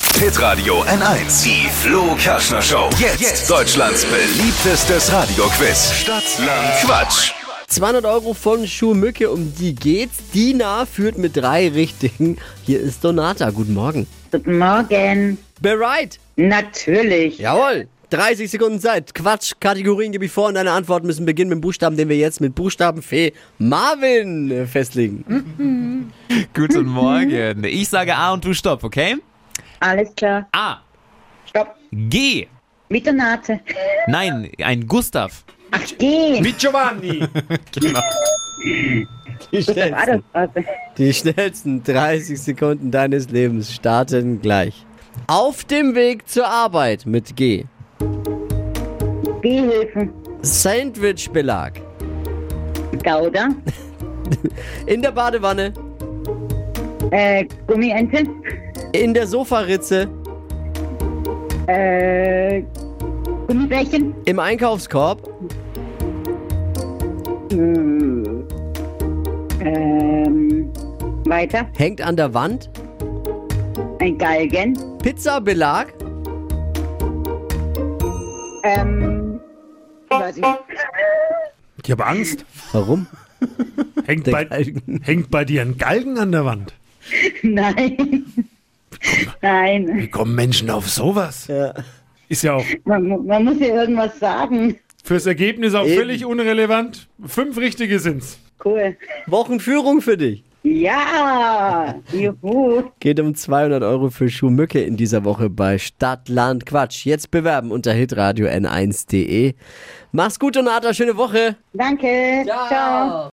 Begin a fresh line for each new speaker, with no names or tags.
Hitradio N1. Die Flo Kaschner Show. Jetzt, Deutschlands beliebtestes Radioquiz. Stadt, Land, Quatsch.
200 Euro von Schuhmücke, um die geht's. Dina führt mit drei Richtigen. Hier ist Donata. Guten Morgen.
Guten Morgen.
Bereit?
Natürlich.
Jawohl. 30 Sekunden Zeit. Quatsch. Kategorien gebe ich vor und deine Antworten müssen beginnen mit dem Buchstaben, den wir jetzt mit Buchstabenfee Marvin äh, festlegen.
Guten Morgen. Ich sage A und du stopp, okay?
Alles klar.
A.
Stopp.
G.
Mit der Nase.
Nein, ein Gustav.
Ach, geh.
Mit Giovanni.
Die
War das
schnellsten,
was?
die schnellsten 30 Sekunden deines Lebens starten gleich. Auf dem Weg zur Arbeit mit G.
Gehhilfen.
Sandwichbelag.
Gouda.
In der Badewanne.
Äh, Gummiente.
In der Sofaritze.
Äh, Gummibärchen.
Im Einkaufskorb.
Hm. Ähm, weiter.
Hängt an der Wand.
Ein Galgen.
Pizzabelag.
Ähm, weiß ich.
Ich habe Angst.
Warum?
Hängt
Der
bei,
Galgen.
hängt bei dir ein Galgen an der Wand?
Nein. Nein.
Wie kommen Menschen auf sowas?
Ja.
Ist ja auch
Man, mu- man muss ja irgendwas sagen.
fürs Ergebnis auch
Eben.
völlig unrelevant. Fünf richtige sind's.
Cool.
Wochenführung für dich.
Ja. Juhu.
Geht um 200 Euro für Schuhmücke in dieser Woche bei Stadt, Land, Quatsch. Jetzt bewerben unter hitradio n1.de. Mach's gut, Donata. Schöne Woche.
Danke. Ciao.